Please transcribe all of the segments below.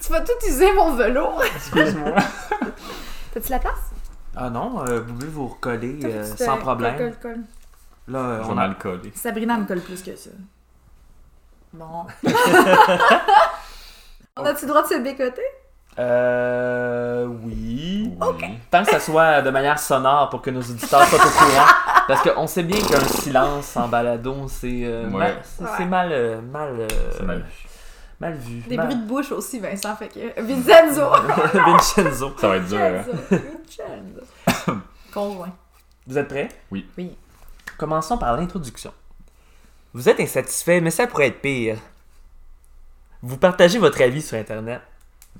Tu vas tout user mon vélo. Excuse-moi. T'as-tu la place? Ah non, euh, vous pouvez vous recoller T'as euh, fait, tu te- sans colle, problème. colle, colle. Là, euh, On on a a... le coller. Sabrina me colle plus que ça. Bon. On a-tu le droit de se bécoter? Euh... Oui... Ok. Tant que ça soit de manière sonore pour que nos auditeurs soient au courant. Parce qu'on sait bien qu'un silence en balado, c'est euh, Ouais. mal, c'est- c'est Ouais. mal, euh, mal, euh, C'est mal. mal vu. Des mal- bruits de bouche aussi, Vincent. Fait que. euh, Vincenzo! Vincenzo. Ça va être dur. hein. Vincenzo! Vincenzo. Conjoint. Vous êtes prêts? Oui. Oui. Commençons par l'introduction. Vous êtes insatisfait, mais ça pourrait être pire. Vous partagez votre avis sur Internet.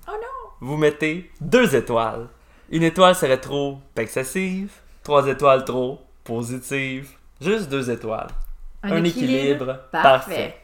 Oh non! Vous mettez deux étoiles. Une étoile serait trop excessive, trois étoiles trop positive, juste deux étoiles. Un, équilibre, parfait.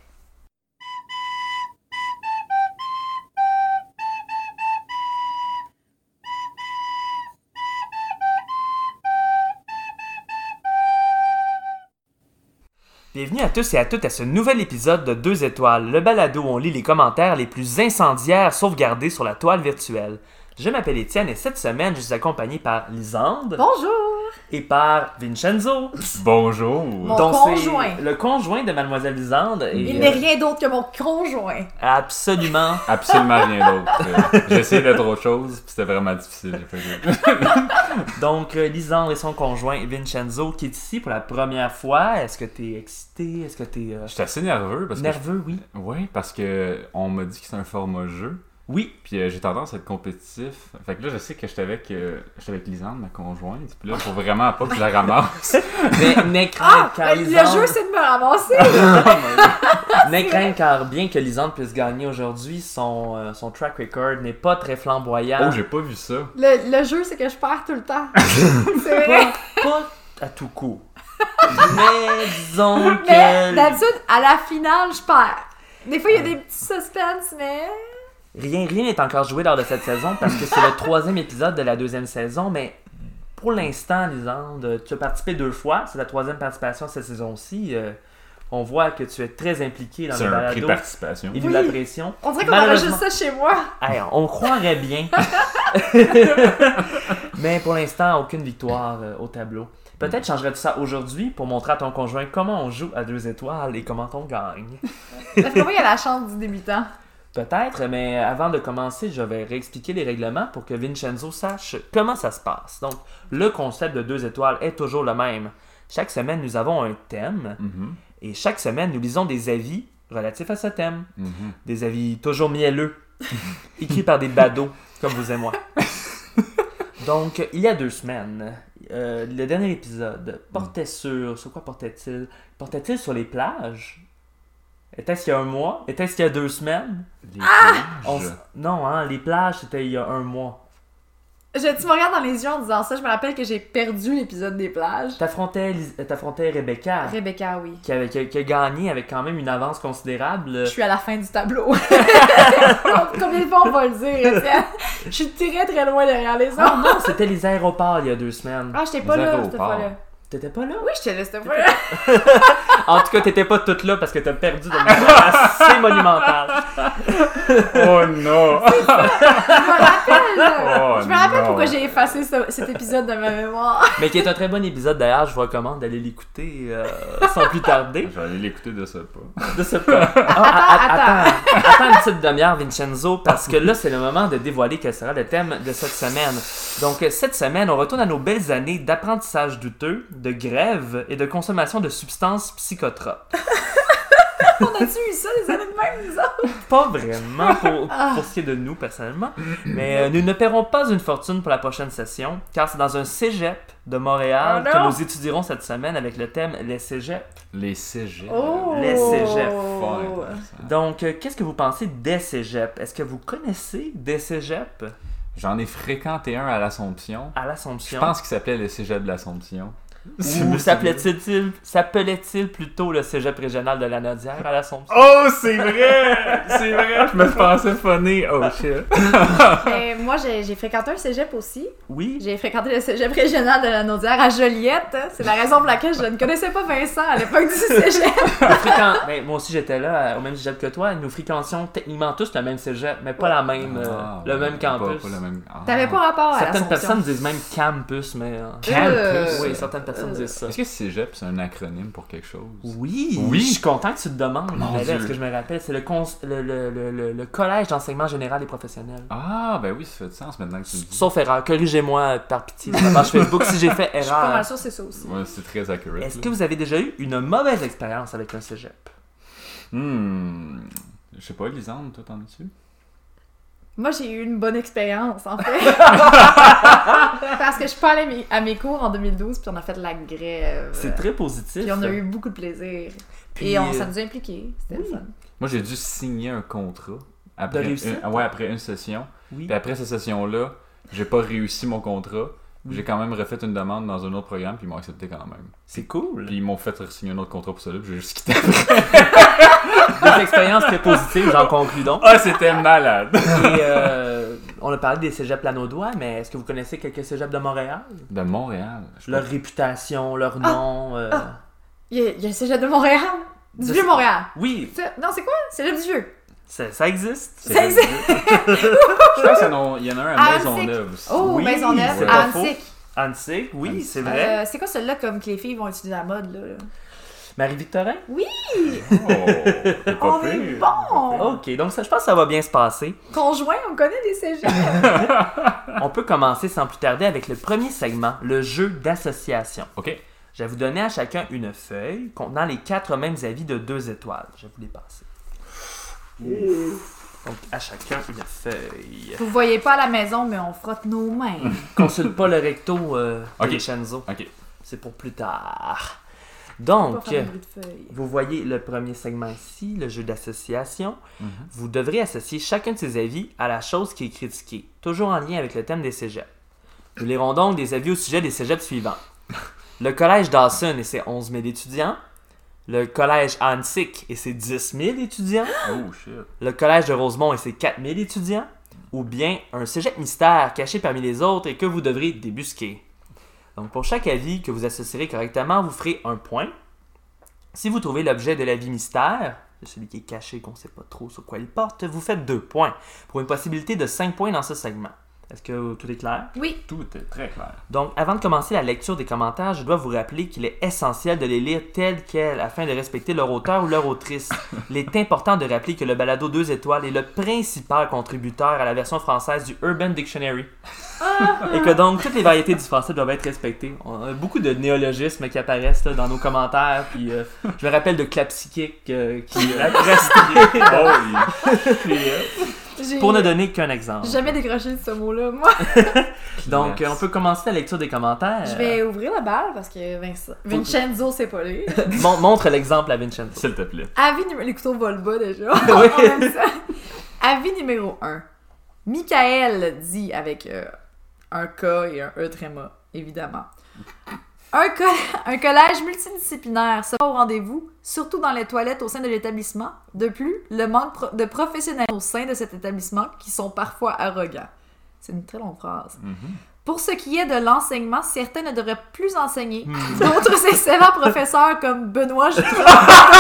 Bienvenue à tous et à toutes à ce nouvel épisode de Deux étoiles, le balado où on lit les commentaires les plus incendiaires sauvegardés sur la toile virtuelle. Je m'appelle Étienne et cette semaine, je suis accompagné par Lisande Bonjour! et par Vincenzo. Bonjour. Mon Donc, c'est conjoint. Le conjoint de Mademoiselle Lisande. et, Il euh, n'est rien d'autre que mon conjoint. Absolument. Absolument rien d'autre. Euh, J'ai essayé d'être autre chose, puis c'était vraiment difficile. Fait que- Donc, euh, Lisande et son conjoint Vincenzo qui est ici pour la première fois. Est-ce que t'es excité? Est-ce que t'es euh, J'étais assez nerveux parce que. nerveux? Oui. Oui, parce que on m'a dit que c'est un format jeu, Oui. puis euh, j'ai tendance à être compétitif. Fait que là, je sais que j'étais avec, euh, j'étais avec Lisanne, ma conjointe, puis là, faut vraiment pas que je la ramasse. Mais n'aie Ah! crainte, car ben, Le Lisande- jeu, c'est de me ramasser! N'aie crainte, car bien que Lisande puisse gagner aujourd'hui, son, euh, son track record n'est pas très flamboyant. Oh, j'ai pas vu ça. Le, le jeu, c'est que je perds tout le temps. c'est vrai. pas, pas à tout coup. Mais disons Mais que... d'habitude, à la finale, je perds. Des fois, il y a des petits suspens, mais. Rien, rien n'est encore joué lors de cette saison parce que c'est le troisième épisode de la deuxième saison, mais pour l'instant, Lisande, tu as participé deux fois. C'est la troisième participation cette saison-ci. Euh, on voit que tu es très impliqué dans C'est le un prix balado. de participation. Il Oui. l'apprécions. On dirait qu'on Malheureusement. enregistre ça chez moi. Hey, on croirait bien. Mais pour l'instant, aucune victoire euh, au tableau. Peut-être changerais-tu ça aujourd'hui pour montrer à ton conjoint comment on joue à deux étoiles et comment on gagne. Parce que moi, il y a la chance du débutant. Peut-être, mais avant de commencer, je vais réexpliquer les règlements pour que Vincenzo sache comment ça se passe. Donc, le concept de deux étoiles est toujours le même. Chaque semaine, nous avons un thème Mhm, et chaque semaine, nous lisons des avis relatifs à ce thème. mhm. Des avis toujours mielleux, écrits par des badauds, comme vous et moi. Donc, il y a deux semaines, euh, le dernier épisode portait sur. Sur quoi portait-il Portait-il sur les plages Était-ce il y a un mois Était-ce il y a deux semaines Les Ah! On piges. s- Non, hein, les plages, c'était il y a un mois. Je, tu me regardes dans les yeux en disant ça. Je me rappelle que j'ai perdu l'épisode des plages. T'affrontais Lis- t'affrontais Rebecca, Rebecca, oui. qui, avait, qui, a- qui a gagné avec quand même une avance considérable. Je suis à la fin du tableau. Combien de fois on va le dire, Étienne? Je suis très très loin derrière les autres. Ah non, c'était les aéroports il y a deux semaines. Ah, j'étais pas Les là aéroports. cette fois-là. T'étais pas là Oui, j'étais là cette fois-là. En tout cas, t'étais pas toute là parce que t'as perdu de manière assez monumentale. Oh non! Je me rappelle. Oh, je me rappelle non. pourquoi j'ai effacé ce- cet épisode de ma mémoire. Mais qui est un très bon épisode d'ailleurs, je vous recommande d'aller l'écouter euh, sans plus tarder. Je vais aller l'écouter de ça pas. De ce pas. Ah, ah, attends, attends une petite demi-heure, Vincenzo, parce que là, c'est le moment de dévoiler quel sera le thème de cette semaine. Donc, euh, cette semaine, on retourne à nos belles années d'apprentissage douteux, de grève et de consommation de substances psychotropes. on a-tu eu ça les années de même, nous autres? Pas vraiment pour, Ah. pour ce qui est de nous, personnellement, mais euh, nous ne paierons pas une fortune pour la prochaine session, car c'est dans un cégep de Montréal Oh que non! nous étudierons cette semaine avec le thème Les cégeps. Les cégeps. euh, Oh! Les cégeps Fort. Donc, euh, qu'est-ce que vous pensez des cégeps? Est-ce que vous connaissez des cégeps J'en ai fréquenté un à l'Assomption. à Je l'Assomption? pense qu'il s'appelait le cégep de l'Assomption. Ou s'appelait-il s'appelait-il plutôt le cégep régional de la Nodière à Ah! l'Assomption? Oh, c'est vrai! C'est vrai, je me pensais funny. Oh shit. Mais Ben, moi, j'ai j'ai fréquenté un cégep aussi. Oui? J'ai fréquenté le cégep régional de la Naudière à Joliette. C'est la raison pour laquelle je ne connaissais pas Vincent à l'époque du cégep. on fréquent- ben, moi aussi j'étais là euh, au même cégep que toi. Nous fréquentions techniquement tous le même cégep, mais pas la même, euh, Ah, le ouais, même pas- campus. pas le même- ah. T'avais pas rapport à Certaines l'Assomption. personnes disent même campus, mais. euh, Campus? Oui, certaines personnes disent Euh, ça. Est-ce que cégep, c'est un acronyme pour quelque chose? Oui, Oui. je suis content que tu te demandes. Mon Mais là, Dieu. Est-ce que je me rappelle? C'est le, cons- le, le, le- le- le collège d'enseignement général et professionnel. Ah, ben oui, ça fait du sens maintenant que tu le dis. Sauf erreur, corrigez-moi euh, par pitié sur la page Facebook si j'ai fait Je suis pas mal erreur. sûre, c'est ça aussi. Ouais, c'est très accurate. Est-ce là. que vous avez déjà eu une mauvaise expérience avec un cégep? Hmm. Je sais pas, Lisande, toi, t'en as-tu? Moi, j'ai eu une bonne expérience, en fait. Parce que je suis pas allée à mes- à mes cours en 2012, puis on a fait de la grève. C'est très positif. Puis on a eu beaucoup de plaisir. Puis, Et euh, on, ça nous a impliqués. C'était oui. le fun. Moi, j'ai dû signer un contrat. Après De réussite? une- euh, ouais, après une session. Oui. Puis après cette session-là, j'ai pas réussi mon contrat. Oui. J'ai quand même refait une demande dans un autre programme, puis ils m'ont accepté quand même. C'est cool. Puis ils m'ont fait signer un autre contrat pour ça, puis j'ai juste quitté. Des expériences très positives, j'en conclus donc. Ah, c'était malade! Et euh, on a parlé des cégeps lanaudois, mais est-ce que vous connaissez quelques cégeps de Montréal? De Montréal. je sais Leur réputation, leur Ah! nom. euh, Il y, a, il y a le cégep de Montréal. Du Ça, vieux c'est- Montréal. Oui, Ça- Non, c'est quoi? Cégep du vieux. ça, ça existe. Ça existe. Je pense qu'il y en a- il y en a un À à Maisonneuve aussi. Ah, Oh, Oui, Maisonneuve, c'est pas à Annecy. Antique, oui, c'est vrai. Euh, c'est quoi celui-là comme que les filles vont utiliser la mode, là? là? Marie-Victorin? Oh, c'est pas On pire. est bon! Ok, donc ça, je pense que ça va bien se passer. Conjoint, on connaît des cégeps. On peut commencer sans plus tarder avec le premier segment, le jeu d'association. Ok. Je vais vous donner à chacun une feuille contenant les quatre mêmes avis de deux étoiles. Je vais vous les passer. Donc, à chacun une feuille. Vous voyez pas à la maison, mais on frotte nos mains. Consulte pas le recto euh, de Ok. Vincenzo. Ok. C'est pour plus tard. On va Donc, faire un bruit de feuille. vous voyez le premier segment ici, le jeu d'association. Mhm. Vous devrez associer chacun de ces avis à la chose qui est critiquée, toujours en lien avec le thème des cégeps. Nous lirons donc des avis au sujet des cégeps suivants. Le collège Dawson et ses 11 000 étudiants. Le collège Antic et ses 10 000 étudiants. Oh shit. Le collège de Rosemont et ses 4 000 étudiants. Ou bien un cégep mystère caché parmi les autres et que vous devrez débusquer. Donc pour chaque avis que vous associerez correctement, vous ferez un point. Si vous trouvez l'objet de l'avis mystère, c'est celui qui est caché qu'on ne sait pas trop sur quoi il porte, vous faites deux points pour une possibilité de cinq points dans ce segment. Est-ce que tout est clair? Oui, Tout est très clair. Donc, avant de commencer la lecture des commentaires, je dois vous rappeler qu'il est essentiel de les lire tels quels afin de respecter leur auteur ou leur autrice. Il est important de rappeler que le balado 2 étoiles est le principal contributeur à la version française du Urban Dictionary. Ah! Et que donc, toutes les variétés du français doivent être respectées. On a beaucoup de néologismes qui apparaissent là, dans nos commentaires. Puis, euh, je me rappelle de clapsiquic euh, qui euh, reste- j'ai euh, Pour ne donner Euh. qu'un exemple. j'ai jamais décroché de ce mot-là, moi. Donc, euh, on peut commencer la lecture des commentaires. Je vais ouvrir la balle parce que Vincent... Vincenzo, c'est pas lui. Euh, Mon- montre l'exemple à Vincenzo. S'il te plaît. Avis numéro... Les couteaux volent bas, déjà. Oui. On aime ça. Avis numéro 1. Michael dit avec euh, un K et un E tréma, évidemment. Un, co- un collège multidisciplinaire se rend au rendez-vous, surtout dans les toilettes au sein de l'établissement. De plus, le manque pro- de professionnels au sein de cet établissement qui sont parfois arrogants. C'est une très longue phrase. Mhm. Pour ce qui est de l'enseignement, certains ne devraient plus enseigner. D'autres excellents professeurs comme Benoît Jutras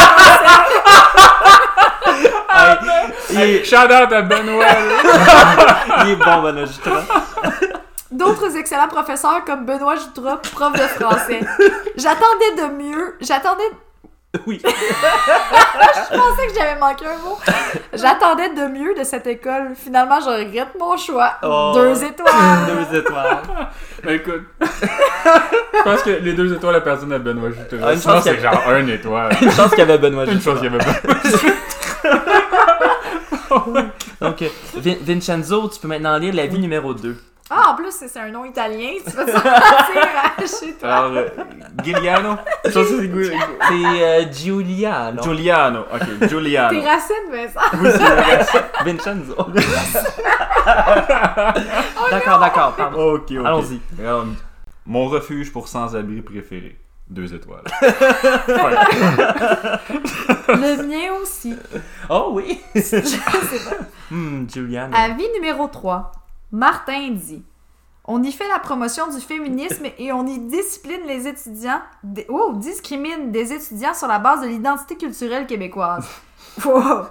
Ah! Et- et- Shout out à Benoît! Il est bon, ben, justement. D'autres excellents professeurs comme Benoît Jutras, prof de français. J'attendais de mieux. J'attendais. Oui. Je pensais que j'avais manqué un mot. J'attendais de mieux de cette école. Finalement, je regrette mon choix. Oh. Deux étoiles. Deux étoiles. ben écoute. Je pense que les deux étoiles appartiennent à Benoît Ah, Jutras. une Je pense chance que c'est genre une étoile. Une chance qu'il y avait Benoît Une Jutras. chose qu'il y avait pas. Donc, euh, Vin- Vincenzo, tu peux maintenant lire l'avis numéro 2. Ah, en plus, c'est c'est un nom italien. Tu vas te sentir chez toi. Alors, euh, Giuliano. Je pense que c'est Gu- C'est euh, Giulia, non? Giuliano. Ok, Giuliano. Tes racines, Vincent. Vincenzo. d'accord, d'accord, pardon. oh, Ok, ok. Allons-y. Um, Mon refuge pour sans-abri préféré. Deux étoiles. Le mien aussi. Oh oui! Je sais pas. Hmm, Julianne. Avis numéro 3. Martin dit On y fait la promotion du féminisme et on y discipline les étudiants. des- oh, discrimine des étudiants sur la base de l'identité culturelle québécoise. Wow.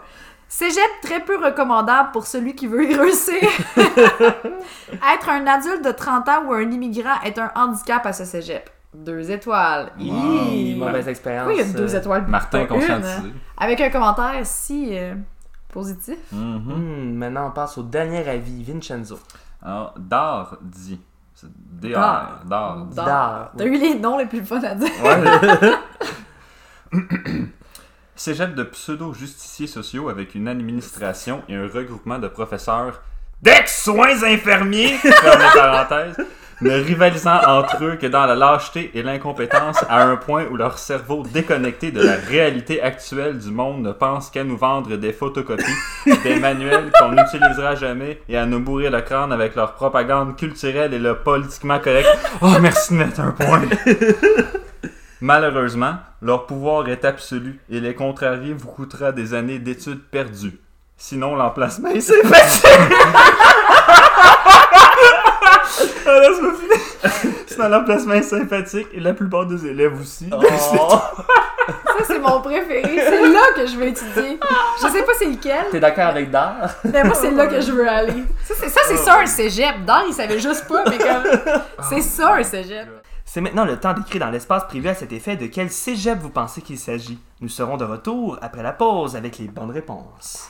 Cégep très peu recommandable pour celui qui veut y réussir. Être un adulte de 30 ans ou un immigrant est un handicap à ce cégep. Deux étoiles. Hi, Hi. mauvaise expérience. Oui, il y a deux étoiles. euh, Martin pas une, conscientisé. Avec un commentaire si euh, positif. Mhm. Hmm, maintenant, on passe au dernier avis, Vincenzo. Alors, Dard dit. C'est Dard. D-A-R. Dard. dit. Dard. Dard. T'as eu les noms les plus fun à dire. Cégep de pseudo-justiciers sociaux avec une administration et un regroupement de professeurs d'ex-soins infirmiers, ferme les parenthèses, ne rivalisant entre eux que dans la lâcheté et l'incompétence à un point où leur cerveau déconnecté de la réalité actuelle du monde ne pense qu'à nous vendre des photocopies, des manuels qu'on n'utilisera jamais et à nous bourrer le crâne avec leur propagande culturelle et le politiquement correct. Oh, merci de mettre un point. Malheureusement, leur pouvoir est absolu et les contrarier vous coûtera des années d'études perdues. Sinon, l'emplacement est facile. Ah, laisse-moi finir. Sinon, l'emplacement est sympathique et la plupart des élèves aussi. Oh. Ça, c'est mon préféré. C'est là que je veux étudier. Je sais pas c'est lequel, T'es d'accord avec Dard? mais moi, c'est là que je veux aller. Ça, c'est ça, c'est ça, un cégep. Dans, il savait juste pas, mais comme. C'est ça, un cégep. C'est maintenant le temps d'écrire dans l'espace privé à cet effet de quel cégep vous pensez qu'il s'agit. Nous serons de retour après la pause avec les bonnes réponses.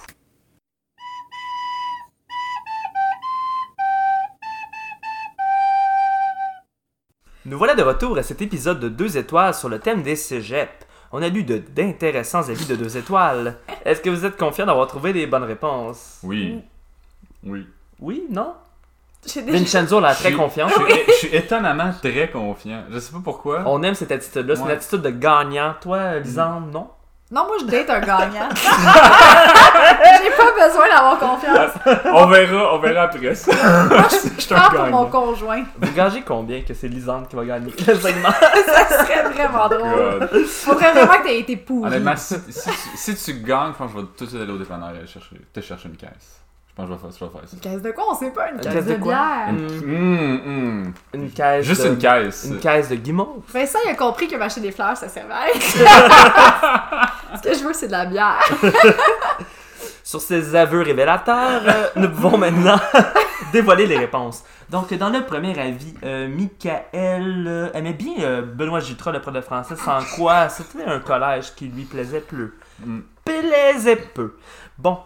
Nous voilà de retour à cet épisode de 2 étoiles sur le thème des cégeps. On a lu de- d'intéressants avis de 2 étoiles. Est-ce que vous êtes confiant d'avoir trouvé les bonnes réponses? Oui. Oui. Oui, non? J'ai déjà. Vincenzo l'a très Je- confiant. Ah, Je suis, je suis étonnamment très confiant. Je sais pas pourquoi. On aime cette attitude-là, c'est Ouais. une attitude de gagnant. Toi, Lisande, non? Non, moi, je date un gagnant. J'ai pas besoin d'avoir confiance. On verra, on verra après ça. je suis Pas pour Ah, mon conjoint. Vous gagez combien que c'est Lisande qui va gagner le segment? Ça serait vraiment drôle. God. Faudrait vraiment que t'aies été pourri. Honnêtement, si, si tu- si tu gagnes, je pense que je vais tout de suite aller au dépanneur et aller chercher, te chercher une caisse. Je pense que je vais faire, je vais faire ça. Une caisse de quoi? On sait pas. Une caisse, caisse de de, quoi? bière. Une, Hum, hum. une caisse. Juste de- une caisse. Une caisse de guimauve. Vincent, il a compris que m'acheter des fleurs, ça servait. à rien. Ce que je veux, c'est de la bière. Sur ces aveux révélateurs, euh, nous pouvons maintenant dévoiler les réponses. Donc, dans le premier avis, euh, Michael euh, aimait bien euh, Benoît Jutras, le prof de français, sans quoi c'était un collège qui lui plaisait plus. Mm. plaisait peu. Bon,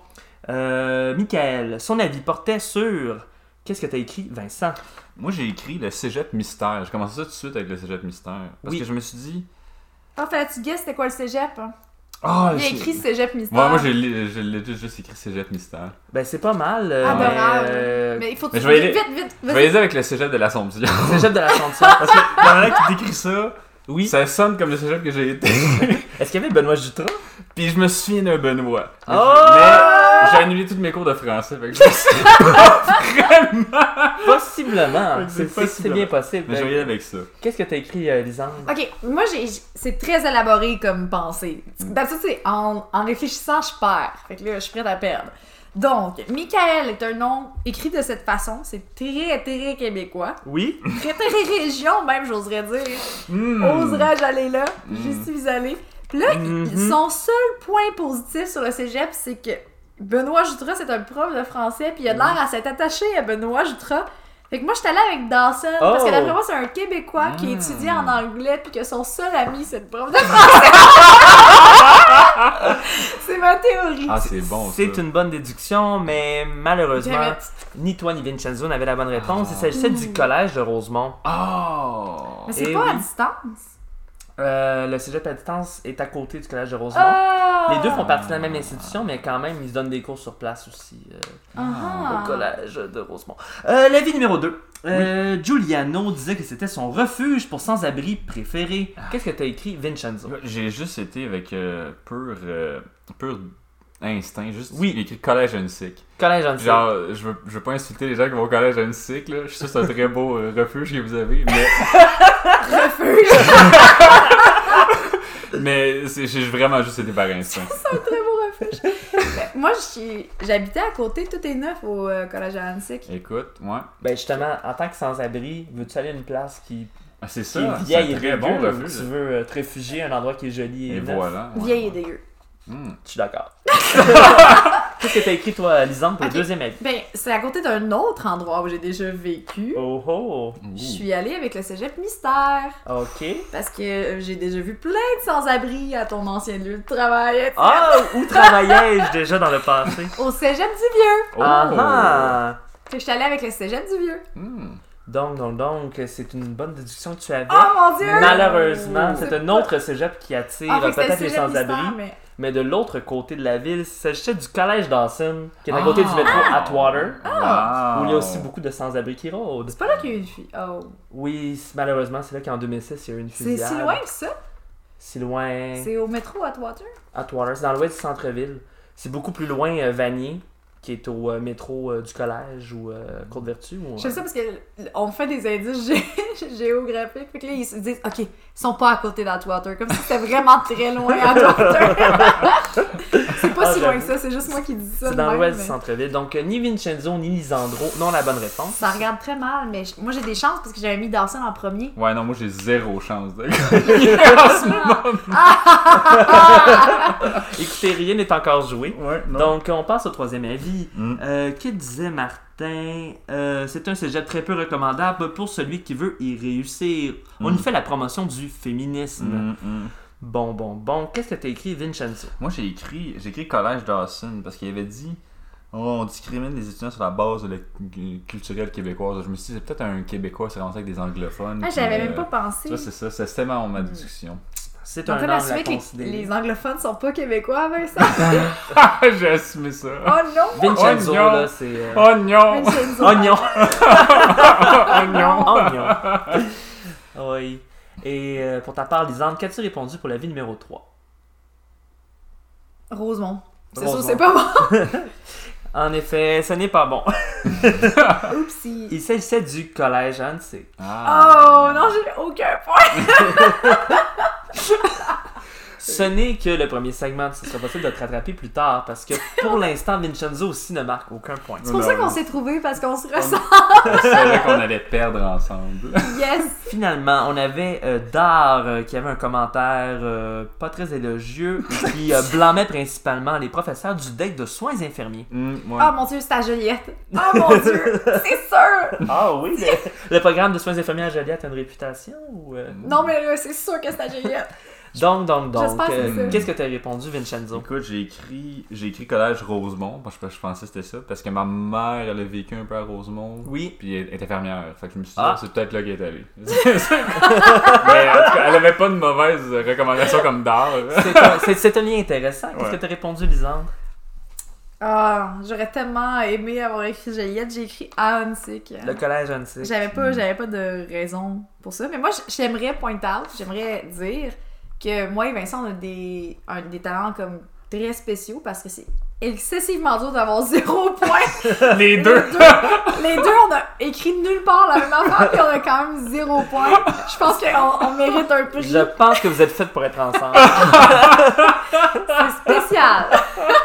euh, Michael, son avis portait sur. Qu'est-ce que t'as écrit, Vincent Moi, j'ai écrit le cégep mystère. J'ai commencé ça tout de suite avec le cégep mystère. Parce Oui. que je me suis dit. Ah, fallait-tu guess c'était quoi le cégep? hein? Ah, Il a j'ai- écrit cégep mystère. Ouais, moi, j'ai li- j'ai legit juste écrit cégep mystère. Ben, c'est pas mal. euh, Adorable. mais, euh, Mais il faut que Mais tu je vais y aller. vite, vite, Je vite. vais y aller avec le cégep de l'Assomption. Cégep de l'Assomption. Parce que, Il y en a qui décrit ça. oui. Ça sonne comme le cégep que j'ai été. Est-ce qu'il y avait Benoît Jutras Puis je me souviens d'un Benoît. Mais je- Oh! Mais j'ai annulé tous mes cours de français. Fait que je me suis- Possiblement. C'est C'est c'est- c'est bien possible. Mais je vais y aller avec ça. Qu'est-ce que t'as écrit, euh, Lisande Ok, moi j'ai, j- c'est très élaboré comme pensée. D'habitude, c'est en, en réfléchissant, je perds. Fait que là, je suis prête à perdre. Donc, Michael est un nom écrit de cette façon. C'est très, très québécois. Oui. Très, très région, même, j'oserais dire. Hmm. Oserais-je aller là? Mm. J'y suis allée. Puis là, Hmm. Mhm. son seul point positif sur le cégep, c'est que Benoît Jutras, c'est un prof de français, puis il a de l'air à s'être attaché à Benoît Jutras. Fait que moi, j'étais allée avec Dawson, parce que Oh! Hmm. d'après moi, c'est un Québécois qui Mm. étudie en anglais, puis que son seul ami, c'est le prof de français. c'est ma théorie. Ah, c'est bon. C'est ça. une bonne déduction, mais malheureusement, Damn it. ni toi ni Vincenzo n'avaient la bonne réponse. Ah. Il s'agissait du Mm. collège de Rosemont. Ah! Mais c'est Eh pas à oui. distance. Euh, le cégep à distance est à côté du collège de Rosemont. Ah! Les deux font partie de la même institution, mais quand même, ils se donnent des cours sur place aussi euh, Ah. au collège de Rosemont. Euh, L'avis numéro 2. Giuliano disait que c'était son refuge pour sans-abri Ah. préféré. Qu'est-ce que t'as écrit, Vincenzo? J'ai juste été avec euh, pur, euh, pur Instinct, juste. Oui. Il écrit collège Unsick. Collège en Genre, je veux, je veux pas insulter les gens qui vont au collège Unsick, là. Je suis sûr que c'est un très beau euh, refuge que vous avez, mais. Refuge! Mais c'est- j'ai vraiment juste été par instinct. Très beau refuge! Ben, moi, je suis- j'habitais à côté, tout est neuf au euh, collège à Annecy. Écoute, ouais. Ben justement, en tant que sans-abri, veux-tu aller à une place qui, Ah, c'est qui ça. est C'est un vieille et très bon dégueu, ou refuge. tu veux euh, te réfugier à un endroit qui est joli et, Et neuf? voilà. ouais. Vieille et dégueu. Hmm. Je suis d'accord. Qu'est-ce que t'as écrit, toi, Lisande, pour Ok. le deuxième avis? Ben, c'est à côté d'un autre endroit où j'ai déjà vécu. Oh oh! Je suis allée avec le cégep mystère Ok. parce que euh, j'ai déjà vu plein de sans-abri à ton ancien lieu de travail. etc. Ah! Où travaillais-je déjà dans le passé? Au cégep du vieux. Oh. Ah ah! Fait que je suis allée avec le cégep du vieux. Hmm. Donc, donc, donc, c'est une bonne déduction que tu avais. Oh mon dieu! Malheureusement, C'est c'est un autre cégep qui attire Ah, fait que c'était peut-être le les cégep mystère, sans-abri, mais... mais de l'autre côté de la ville, il s'agissait du collège Dawson, qui est à côté du Ah! métro Atwater, Ah. où il y a aussi beaucoup de sans-abri qui rôdent. C'est pas là qu'il y a eu une fille. Oh. Oui, c- malheureusement, c'est là qu'en 2006, il y a eu une C'est fusillade. si loin que ça? Si loin. C'est au métro Atwater? Atwater, c'est dans l'ouest du centre-ville. C'est beaucoup plus loin euh, Vanier, qui est au euh, métro euh, du collège ou euh, Côte-Vertu. Ou, J'aime ça parce qu'on fait des indices gé- géographiques. Fait que là, ils se disent, OK, ils sont pas à côté d'Atwater. Comme si c'était vraiment très loin Atwater. c'est pas Ah, si loin j'avoue. que ça, c'est juste moi qui dis ça. C'est de dans même, l'ouest mais- du centre-ville. Donc, euh, ni Vincenzo, ni Lisandro n'ont la bonne réponse. Ça regarde très mal, mais j- moi j'ai des chances parce que j'avais mis Dawson en premier. Ouais, non, moi j'ai zéro chance. de- Ah, Ah, Écoutez, rien n'est encore joué. ouais, non. Donc, on passe au troisième avis. Hmm. Euh, que disait Martin? Euh, c'est un cégep très peu recommandable pour celui qui veut y réussir. On Mm. y fait la promotion du féminisme. Hmm, hmm. Bon, bon, bon. Qu'est-ce que t'as écrit, Vincenzo? Moi j'ai écrit, j'ai écrit collège Dawson parce qu'il avait dit Oh, on discrimine les étudiants sur la base de la cu- culturelle québécoise. Je me suis dit c'est peut-être un Québécois qui s'est rencontré avec des anglophones. Ah, puis, j'avais euh, même pas Hmm. pensé. Ça c'est ça, c'est tellement ma déduction. C'est On un peut angle à assumer que les, considérer. les anglophones sont pas québécois avec ça. Ah, j'ai assumé ça. oh non! Vincenzo, Oignon. Oh. là, c'est... euh, Oignon! Vincenzo. Oignon! Oignon! Oignon! oui. Et euh, pour ta part, Lisande, qu'as-tu répondu pour l'avis numéro 3? Rosemont. C'est sûr, Rosemont. c'est pas moi. En effet, ce n'est pas bon. Oupsie. Il s'agissait du collège hein, Hansé. Ah. Oh non, j'ai aucun point. Ce n'est que le premier segment, ce sera possible de te rattraper plus tard parce que pour l'instant, Vincenzo aussi ne marque aucun point. C'est pour ça qu'on s'est trouvés parce qu'on se ressent. Je savais qu'on allait perdre ensemble. Ah, Yes! Finalement, on avait euh, Dar euh, qui avait un commentaire euh, pas très élogieux qui euh, blâmait principalement les professeurs du deck de soins infirmiers. Hmm, ouais. Oh mon dieu, c'est à Joliette. Oh mon dieu, c'est sûr. Ah oui, le, le programme de soins infirmiers à Joliette a une réputation ou, euh? Non mais là, c'est sûr que c'est à Joliette. Donc, donc, donc, J'espère que euh, c'est ça. qu'est-ce que tu as répondu, Vincenzo? Écoute, j'ai écrit, j'ai écrit collège Rosemont, parce que je pensais que c'était ça, parce que ma mère, elle a vécu un peu à Rosemont, Oui. puis elle est infirmière. Fait que je me suis dit, Ah. c'est peut-être là qu'elle est allée. Mais en tout cas, elle avait pas de mauvaise recommandation comme d'art. C'est un- C'est c'est un lien intéressant. Qu'est-ce Ouais. que tu as répondu, Lisandre? Ah, j'aurais tellement aimé avoir écrit Joliette. J'ai écrit Annecyc. Le collège Hansé. J'avais pas, Mm. j'avais pas de raison pour ça. Mais moi, j- j'aimerais point out, j'aimerais dire que moi et Vincent, on a des, un- des talents comme très spéciaux parce que c'est excessivement dur d'avoir zéro point. Les Les deux! deux- les deux, on a écrit nulle part la même affaire et on a quand même zéro point. Je pense qu'on on mérite un prix. Je pense que vous êtes faits pour être ensemble. C'est spécial.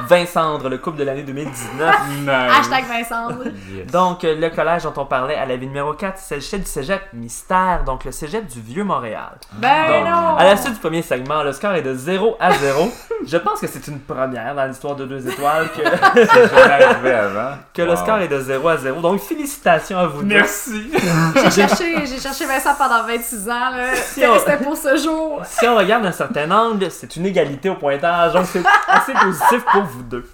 Vincendre, le couple de l'année 2019. Hashtag Vincent. Yes. Donc, euh, le collège dont on parlait à la ville numéro 4, il s'agissait du cégep Mystère, donc le cégep du Vieux-Montréal. Ben Donc, non. à la suite du premier segment, le score est de 0 à 0. Je pense que c'est une première dans l'histoire de deux étoiles que, C'est jamais arrivé avant. que le Wow. score est de 0 à 0. Donc, félicitations à vous deux. Merci! J'ai cherché, j'ai cherché Vincent pendant 26 ans. là. C'était c'était pour ce jour. Si on regarde d'un certain angle, c'est une égalité au pointage, donc c'est assez positif pour vous deux.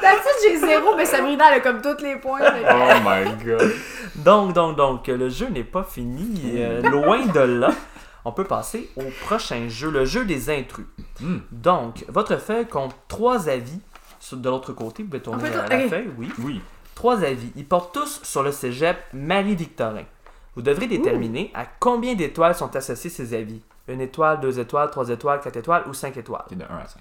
D'habitude, j'ai zéro, mais Sabrina, elle a comme tous les points. fait que- Oh my god! Donc, donc, donc, euh, le jeu n'est pas fini. euh, loin de là. On peut passer au prochain jeu, le jeu des intrus. Mm. Donc, votre feuille compte trois avis. Sur- De l'autre côté, vous pouvez tourner peut vers tourner. la feuille, oui. Oui. Trois avis. Ils portent tous sur le cégep Marie-Victorin. Vous devrez déterminer à combien d'étoiles sont associés ces avis. Une étoile, deux étoiles, trois étoiles, quatre étoiles ou cinq étoiles. C'est de 1 à 5.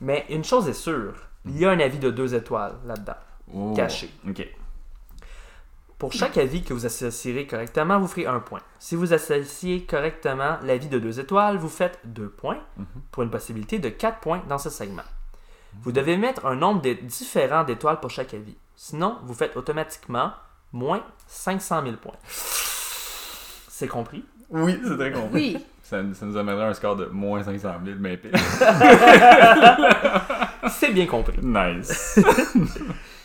Mais une chose est sûre, il y a un avis de deux étoiles là-dedans. Oh. Caché. Ok. Pour chaque avis que vous associerez correctement, vous ferez un point. Si vous associez correctement l'avis de deux étoiles, vous faites deux points Mhm. pour une possibilité de quatre points dans ce segment. Vous devez mettre un nombre d'é- différent d'étoiles pour chaque avis. Sinon, vous faites automatiquement moins 500 000 points. C'est compris? Oui, c'est très con. Oui. Ça, ça nous amènerait à un score de moins 500 000, mais pire. C'est bien compris. Nice.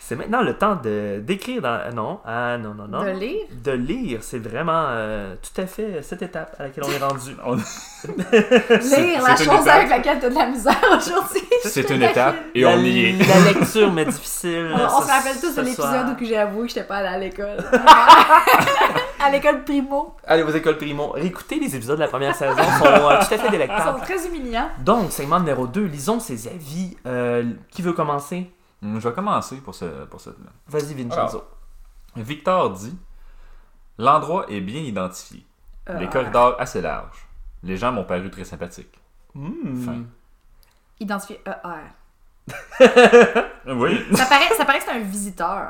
C'est maintenant le temps de d'écrire dans... Non, ah non, non, non. De lire. De lire, c'est vraiment euh, tout à fait cette étape à laquelle on est rendu. On- Lire, la c'est chose une étape. avec laquelle t'as de la misère aujourd'hui. C'est une étape et la, on y est. La lecture mais difficile. On, on ce- se rappelle tous ce de l'épisode soir. où que j'ai avoué que j'étais pas allée à l'école. à l'école primo. Allez aux écoles primo. Réécoutez les épisodes de la première saison, sont euh, tout à fait Ils sont délectables. très humiliants. Donc, segment numéro 2, lisons ses avis. Euh, qui veut commencer Hum, Je vais commencer pour ce, pour cette Vas-y, Vincenzo. Victor dit L'endroit est bien identifié. Les Euh, corridors assez larges. Les gens m'ont paru très sympathiques. Hmm. Fin. Identifié ER. Oui. Ça paraît, ça paraît que c'est un visiteur.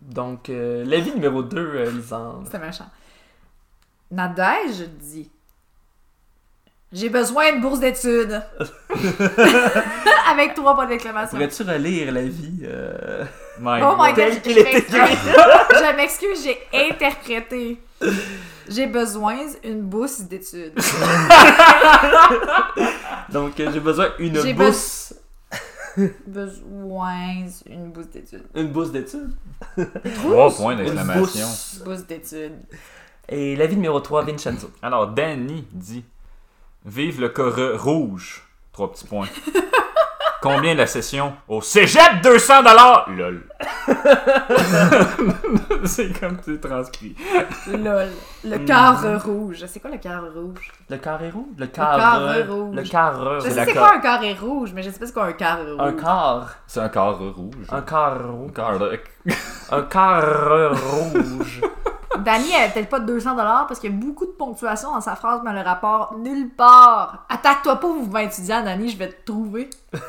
Donc, euh, l'avis numéro 2, euh, Lisande. C'était méchant. Nadège dit J'ai besoin d'une bourse d'études. Avec trois points d'exclamation. Pourrais-tu relire l'avis euh, My Oh my god, God. Tel je qu'il est m'excuse. Je m'excuse, j'ai interprété. J'ai besoin d'une bourse d'études. Donc, euh, j'ai besoin une J'ai bourse. Besoin d'une bourse d'études. Une bourse d'études Trois points Une d'exclamation. bourse. Bourse d'études. Et l'avis numéro 3, Vincenzo. Alors, Danny dit Vive le corps rouge. Trois petits points. Combien la session Au cégep 200 Lol. C'est comme tu transcrit. Lol. Le Mm. carre rouge. C'est quoi le carre rouge? Le carré rouge Le carré carré rouge. Le carré Je rouge. sais c'est quoi un carré rouge, mais je sais pas c'est quoi un carré rouge. Un quart. C'est un corps rouge. Un quart rouge. Un corps de- Un quart rouge. Dani avait peut-être pas 200 parce qu'il y a beaucoup de ponctuation dans sa phrase, mais le rapport nulle part. Attaque-toi pas au mouvement étudiant, Dani, je vais te trouver.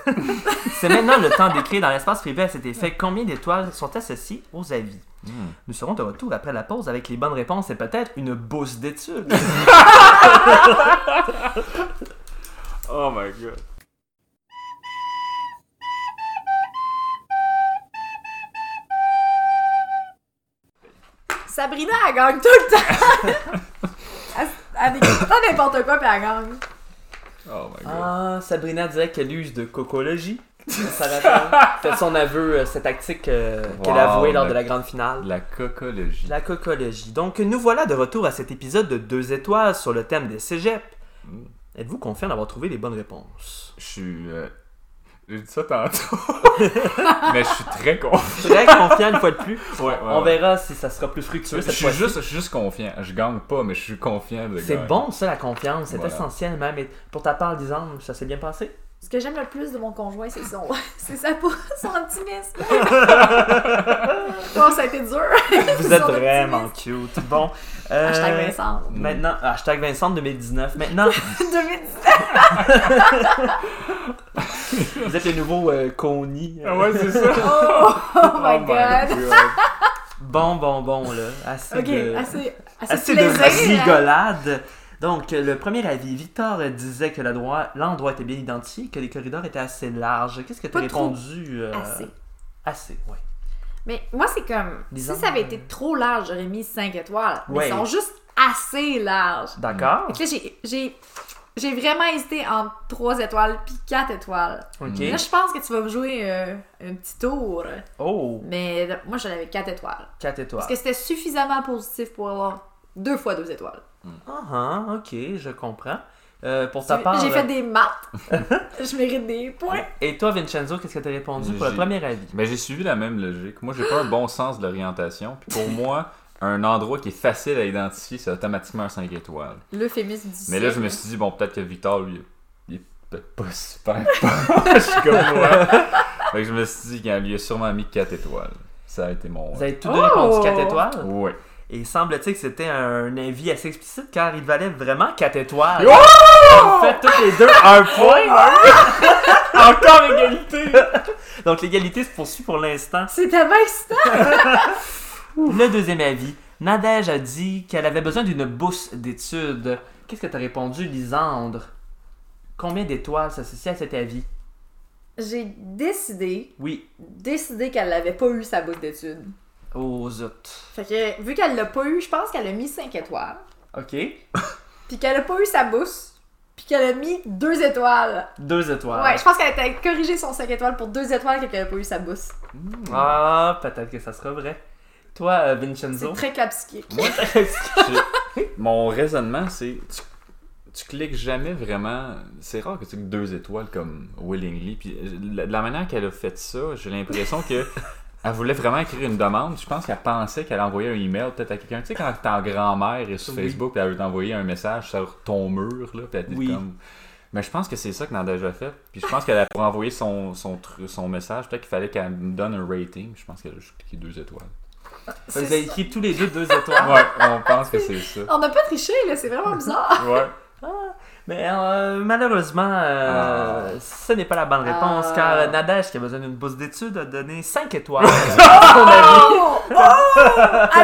C'est maintenant le temps d'écrire dans l'espace privé à cet effet combien d'étoiles sont associées aux avis. Hmm. Nous serons de retour après la pause avec les bonnes réponses et peut-être une bourse d'études. Oh my god. Sabrina, elle gagne tout le temps. elle elle écrit tout le temps n'importe quoi, puis elle gagne. Oh my god. Ah, Sabrina disait qu'elle use de cocologie. Ça rappelle- fait son aveu, euh, cette tactique euh, qu'elle Wow, avouée lors de le- la grande finale. La cocologie. La cocologie. Donc, nous voilà de retour à cet épisode de deux étoiles sur le thème des cégeps. Hmm. Mm. Êtes-vous confiant d'avoir trouvé les bonnes réponses? Je suis. euh, J'ai dit ça tantôt. Mais je suis très confiant. Très confiant une fois de plus. Ouais, ouais, On ouais. verra si ça sera plus fructueux Je cette suis fois-ci. juste, je suis juste confiant. Je gagne pas, mais je suis confiant de C'est gagner. bon ça la confiance, c'est Voilà. essentiel même. Et pour ta part, disons, ça s'est bien passé? Ce que j'aime le plus de mon conjoint, c'est son... c'est sa peau, son optimisme. bon, ça a été dur. Euh, Vous êtes Son vraiment cute. Bon. euh, Hashtag Vincent. Maintenant, Mm. hashtag Vincent 2019. Maintenant, 2017. vous êtes le nouveau euh, Connie. Ah ouais, c'est ça. Oh, oh my god. Bon, bon, bon, là. Assez Ok, de... assez, assez, Assez de plaisir. hein. rigolade. Donc, euh, le premier avis, Victor euh, disait que le droit- l'endroit était bien identique, que les corridors étaient assez larges. Qu'est-ce que tu as Pas trop. répondu euh, Assez. Assez, oui. Mais moi, c'est comme. Disons- Si ça avait euh, été trop large, j'aurais mis 5 étoiles. Mais Ouais. Ils sont juste assez larges. D'accord. Fait que là, j'ai- j'ai. J'ai vraiment hésité entre 3 étoiles puis 4 étoiles. Mm. Ok. Là, je pense que tu vas me jouer euh, un petit tour. Oh, Mais euh, moi, j'en avais 4 étoiles. 4 étoiles. Parce que c'était suffisamment positif pour avoir deux fois deux étoiles. Ah, ah, ok, je comprends. Euh, pour ta J'ai- part. J'ai fait euh, des maths. je mérite des points. Et toi, Vincenzo, qu'est-ce que tu as répondu pour le J'ai- Ben, premier avis Mais j'ai suivi la même logique. Moi, j'ai pas un bon sens de l'orientation. Puis pour moi, un endroit qui est facile à identifier, c'est automatiquement un 5 étoiles. L'euphémisme du Mais siècle. là, je me suis dit, bon, peut-être que Victor, lui, il est peut-être pas super poche comme moi. Fait que je me suis dit qu'il lui a sûrement mis 4 étoiles. Ça a été mon. Oh! Vous avez tous deux répondu 4 étoiles Ouais. Et semble-t-il que c'était un avis assez explicite car il valait vraiment 4 étoiles. Oh! On fait toutes les deux un point. Oh, Encore égalité! Donc l'égalité se poursuit pour l'instant. Oh! C'est tellement excitant. Le deuxième avis. Nadège a dit qu'elle avait besoin d'une bourse d'études. Qu'est-ce que t'as répondu, Lisandre? Combien d'étoiles s'associent à cet avis? J'ai décidé, Oui. décidé qu'elle l'avait pas eu sa bourse d'études. Oh zut. Fait que, vu qu'elle l'a pas eu, je pense qu'elle a mis 5 étoiles. OK. Puis qu'elle a pas eu sa bourse. Puis qu'elle a mis 2 étoiles. Deux étoiles. Ouais, je pense qu'elle a corrigé son 5 étoiles pour 2 étoiles et qu'elle a pas eu sa bourse. Ah, peut-être que ça sera vrai. Toi, euh, C'est Vincenzo. très clapsique. Moi, j'ai- mon raisonnement, c'est tu, tu cliques jamais vraiment. C'est rare que tu cliques deux étoiles comme willingly. Puis euh, la- de la manière qu'elle a fait ça, j'ai l'impression que. Elle voulait vraiment écrire une demande. Je pense qu'elle pensait qu'elle envoyait un email peut-être à quelqu'un. Tu sais, quand ta grand-mère est sur Oui. Facebook, puis elle veut t'envoyer un message sur ton mur, là, puis elle dit Oui. comme... Mais je pense que c'est ça qu'elle a déjà fait. Puis je pense qu'elle a pour envoyer son, son, tru- son message, peut-être qu'il fallait qu'elle me donne un rating. Je pense qu'elle a juste cliqué deux étoiles. Vous C'est avez ça. écrit tous les deux deux étoiles. Ouais, on pense que c'est ça. On n'a pas triché, là, c'est vraiment bizarre. Ouais. Mais euh, malheureusement, euh, ce n'est pas la bonne réponse Ah. car Nadège, qui a besoin d'une bourse d'études, a donné 5 étoiles. à son avis. Oh! Elle,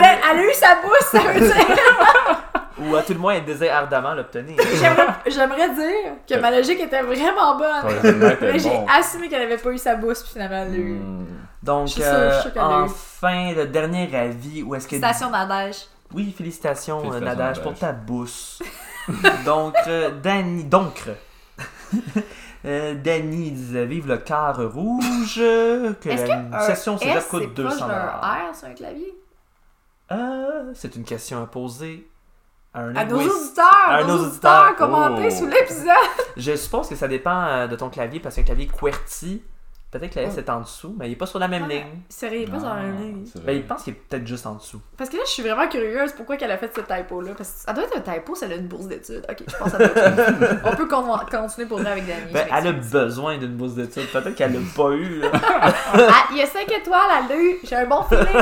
a, elle a eu sa bourse, ça veut dire. Ou à tout le moins, elle désire ardemment l'obtenir. J'aimerais- J'aimerais dire que ma logique était vraiment bonne. Ton raisonnement était Mais j'ai bon. Hmm. assumé qu'elle avait pas eu sa bourse, puis finalement, elle l'a eu. Donc, euh, Je suis sûre, je suis sûre qu'elle l'a eu. enfin, le dernier avis où est-ce que. Station d'Ardèche. Oui, félicitations, euh, Félicitations, Nadège, pour Nadège. ta bourse. donc, euh, Dani. Donc. euh, Dani disait Vive le quart rouge. Que Est-ce la que un session S, cégep c'est coûte proche 200 d'un R sur un clavier? Euh, C'est une question à poser à un À nos linguiste. auditeurs, À nos nos auditeurs, auditeurs. commentez Oh. sous l'épisode. Je suppose que ça dépend euh, de ton clavier, parce qu'un clavier QWERTY, peut-être que la S Mm. est en dessous, mais il n'est pas sur la même Ouais. ligne. Sérieux, Ah, pas sur un ligne. Ben, il pense qu'il est peut-être juste en dessous. Parce que là, je suis vraiment curieuse pourquoi qu'elle a fait ce typo-là. Parce que ça doit être un typo, ça a une bourse d'études. Ok, je pense que ça doit être ça. On peut con- continuer pour vrai avec Dani. Ben, je elle a m'excuse. besoin d'une bourse d'études. Peut-être qu'elle l'a pas eu. là. Ah, il y a 5 étoiles, elle l'a eu. J'ai un bon feeling.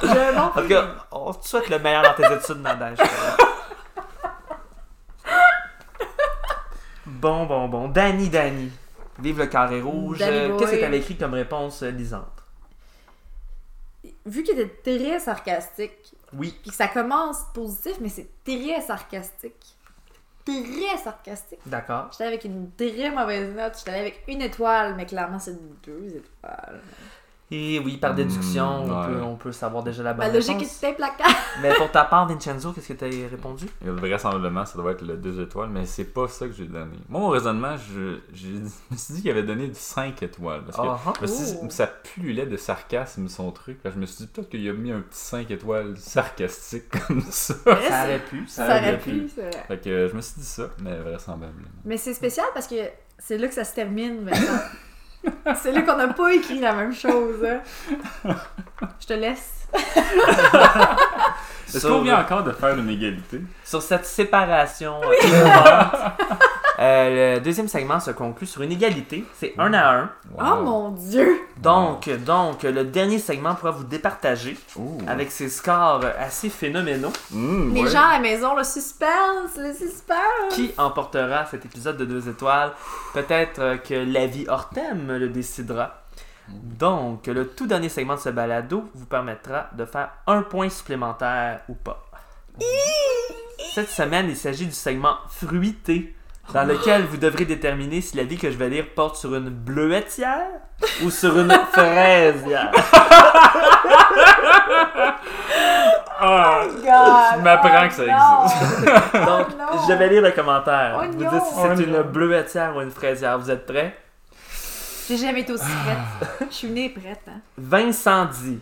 J'ai un bon En tout feeling. cas, on te souhaite le meilleur dans tes études, Nadège. bon, bon, bon. Dani, Dani. Vive le carré rouge. Danny Euh, boy. Qu'est-ce que t'avais écrit comme réponse, euh, Lisandre? Vu qu'il était très sarcastique, Oui. puis que ça commence positif, mais c'est très sarcastique. Très sarcastique. D'accord. J'étais avec une très mauvaise note. J'étais avec une étoile, mais clairement, c'est deux étoiles. Et oui, par déduction, Mm, on, peut, ouais. on peut savoir déjà la bonne Ma logique réponse. est implacable. Mais pour ta part, Vincenzo, qu'est-ce que t'as répondu? Et Vraisemblablement, ça doit être le 2 étoiles, mais c'est pas ça que j'ai donné. Moi, mon raisonnement, je, j'ai- je me suis dit qu'il avait donné du 5 étoiles. Parce que Ah, ah. je me suis dit, Oh. ça pullulait de sarcasme, son truc. Là, je me suis dit peut-être qu'il a mis un petit 5 étoiles sarcastique comme ça. Ça aurait pu, ça Ça aurait aurait aurait pu. pu, c'est vrai. Fait que euh, je me suis dit ça, mais vraisemblablement. Mais c'est spécial parce que c'est là que ça se termine maintenant. c'est là qu'on n'a pas écrit la même chose. hein. Je te laisse. Est-ce Sur- qu'on vient encore de faire une égalité? Sur cette séparation euh, émouvante, euh, le deuxième segment se conclut sur une égalité. C'est un à un. Oh mon dieu! Donc, donc, le dernier segment pourra vous départager Ouh. avec ses scores assez phénoménaux. Mmh, Les ouais. gens à la maison, le suspense, le suspense! Qui emportera cet épisode de deux étoiles Peut-être euh, que l'avis hors thème le décidera. Donc, le tout dernier segment de ce balado vous permettra de faire un point supplémentaire ou pas. Cette semaine, il s'agit du segment fruité, dans lequel vous devrez déterminer si l'avis que je vais lire porte sur une bleuettière ou sur une fraisière. Ah, God! Oh Tu m'apprends que ça existe. Donc, Oh non. je vais lire le commentaire. Oh vous non. dites si Oh c'est une non. bleuetière ou une fraisière. Vous êtes prêts? J'ai jamais été aussi prête. Je suis née prête. Hein. Vincent dit.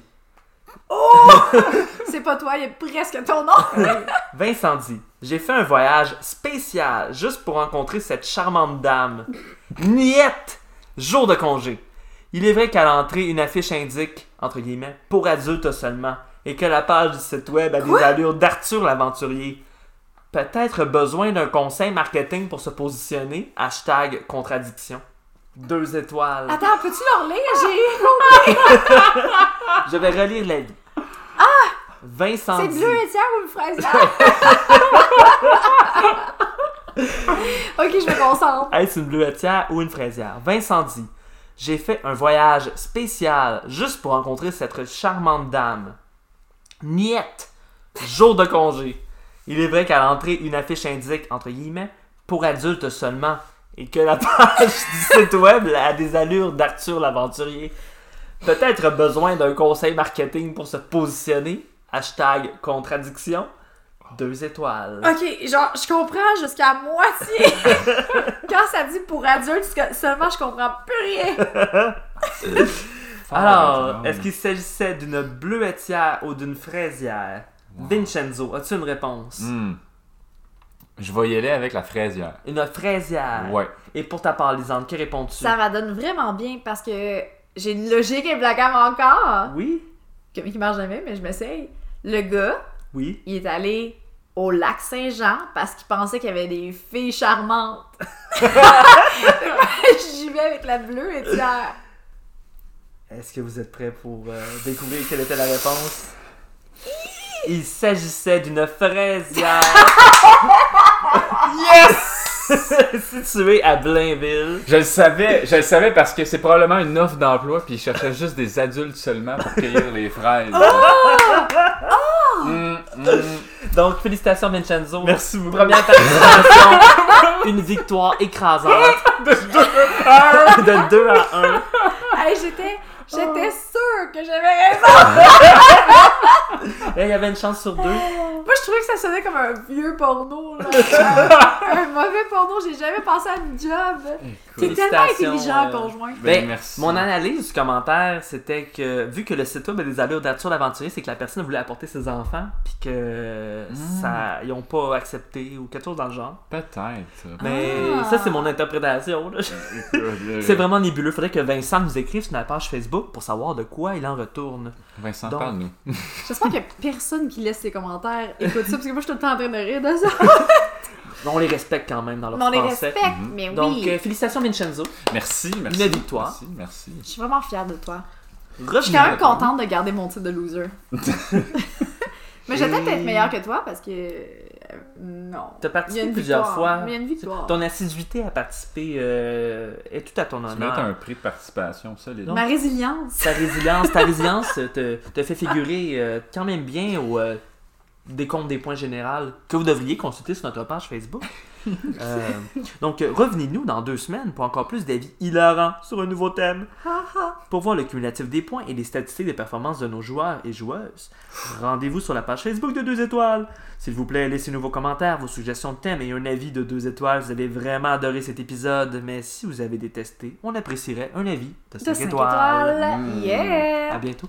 C'est pas toi, il y a presque ton nom! Vincent dit. J'ai fait un voyage spécial juste pour rencontrer cette charmante dame. Niette! Jour de congé. Il est vrai qu'à l'entrée, une affiche indique, entre guillemets, pour adultes seulement, et que la page du site web a des allures d'Arthur l'aventurier. Peut-être besoin d'un conseil marketing pour se positionner. Hashtag contradiction. Deux étoiles. Attends, peux-tu leur lire? J'ai. Je vais relire l'avis. Ah! Vincent C'est bleu et tiers ou une fraise? ok, je me concentre. Est-ce une bleuetière ou une fraisière? Vincent dit J'ai fait un voyage spécial juste pour rencontrer cette charmante dame. Niette Jour de congé. Il est vrai qu'à l'entrée, une affiche indique, entre guillemets, pour adultes seulement, et que la page du site web a des allures d'Arthur l'aventurier. Peut-être besoin d'un conseil marketing pour se positionner. Hashtag contradiction. Deux étoiles. Ok, genre, je comprends jusqu'à moitié. Quand ça dit pour adulte, seulement je comprends plus rien. Alors, est-ce qu'il s'agissait d'une bleuetière ou d'une fraisière? Wow. Vincenzo, as-tu une réponse? Hmm. Je vais y aller avec la fraisière. Une fraisière. Ouais. Et pour ta part, Lisande, que réponds-tu? Ça m'adonne vraiment bien parce que j'ai une logique implacable encore. Oui, Qui qui marche jamais, mais je m'essaye. Le gars, oui. il est allé au lac Saint-Jean parce qu'il pensait qu'il y avait des filles charmantes. J'y vais avec la bleue et tiers. Est-ce que vous êtes prêts pour euh, découvrir quelle était la réponse? Il s'agissait d'une fraisière Yes! située à Blainville. Je le savais, je le savais parce que c'est probablement une offre d'emploi puis ils cherchaient juste des adultes seulement pour cueillir les fraises. Oh! Mm, mm. Donc, félicitations Vincenzo. Merci beaucoup. Première participation, une victoire écrasante de 2 à 1. Hey, j'étais, j'étais sûre que j'avais raison. Là, il y avait une chance sur deux. Moi, je trouvais que ça sonnait comme un vieux porno. Là. un, un mauvais porno. J'ai jamais pensé à une job. T'es tellement Félicitations, intelligent, euh, conjoint. Ben, merci. Mon analyse du commentaire, c'était que vu que le site web a des allures d'Arthur l'aventurier, c'est que la personne voulait apporter ses enfants, puis que ça, ils ont pas accepté ou quelque chose dans le genre. Peut-être. Mais Ah. ça, c'est mon interprétation. là. Euh. C'est vraiment nébuleux. Faudrait que Vincent nous écrive sur la page Facebook pour savoir de quoi il en retourne. Vincent, Donc- parle-nous. J'espère qu'il y a personne qui laisse ses commentaires. Écoute ça, parce que moi, je suis tout le temps en train de rire de ça. On les respecte quand même dans leur Mais on les français. respecte, mais oui. Donc, euh, félicitations Vincenzo. Merci, merci. Une victoire. Merci, merci. Je suis vraiment fière de toi. Je suis Revenons. quand même contente de garder mon titre de loser. mais je vais peut-être être meilleure que toi parce que. euh, non. T'as Il y a participé une plusieurs victoire. fois. Mais il y a une victoire. Ton assiduité à participer euh, est tout à ton Tu honneur. mérites un prix de participation solide. Ma résilience. ta résilience, ta résilience euh, te, te fait figurer euh, quand même bien au euh, décompte des points général que vous devriez consulter sur notre page Facebook. Euh, donc, euh, revenez-nous dans deux semaines pour encore plus d'avis hilarants sur un nouveau thème. Ha, ha. Pour voir le cumulatif des points et les statistiques des performances de nos joueurs et joueuses, rendez-vous sur la page Facebook de 2 étoiles. S'il vous plaît, laissez-nous vos commentaires, vos suggestions de thèmes et un avis de 2 étoiles. Vous avez vraiment adoré cet épisode, mais si vous avez détesté, on apprécierait un avis de 5, De 5 étoiles. étoiles. Mm. À Yeah. bientôt.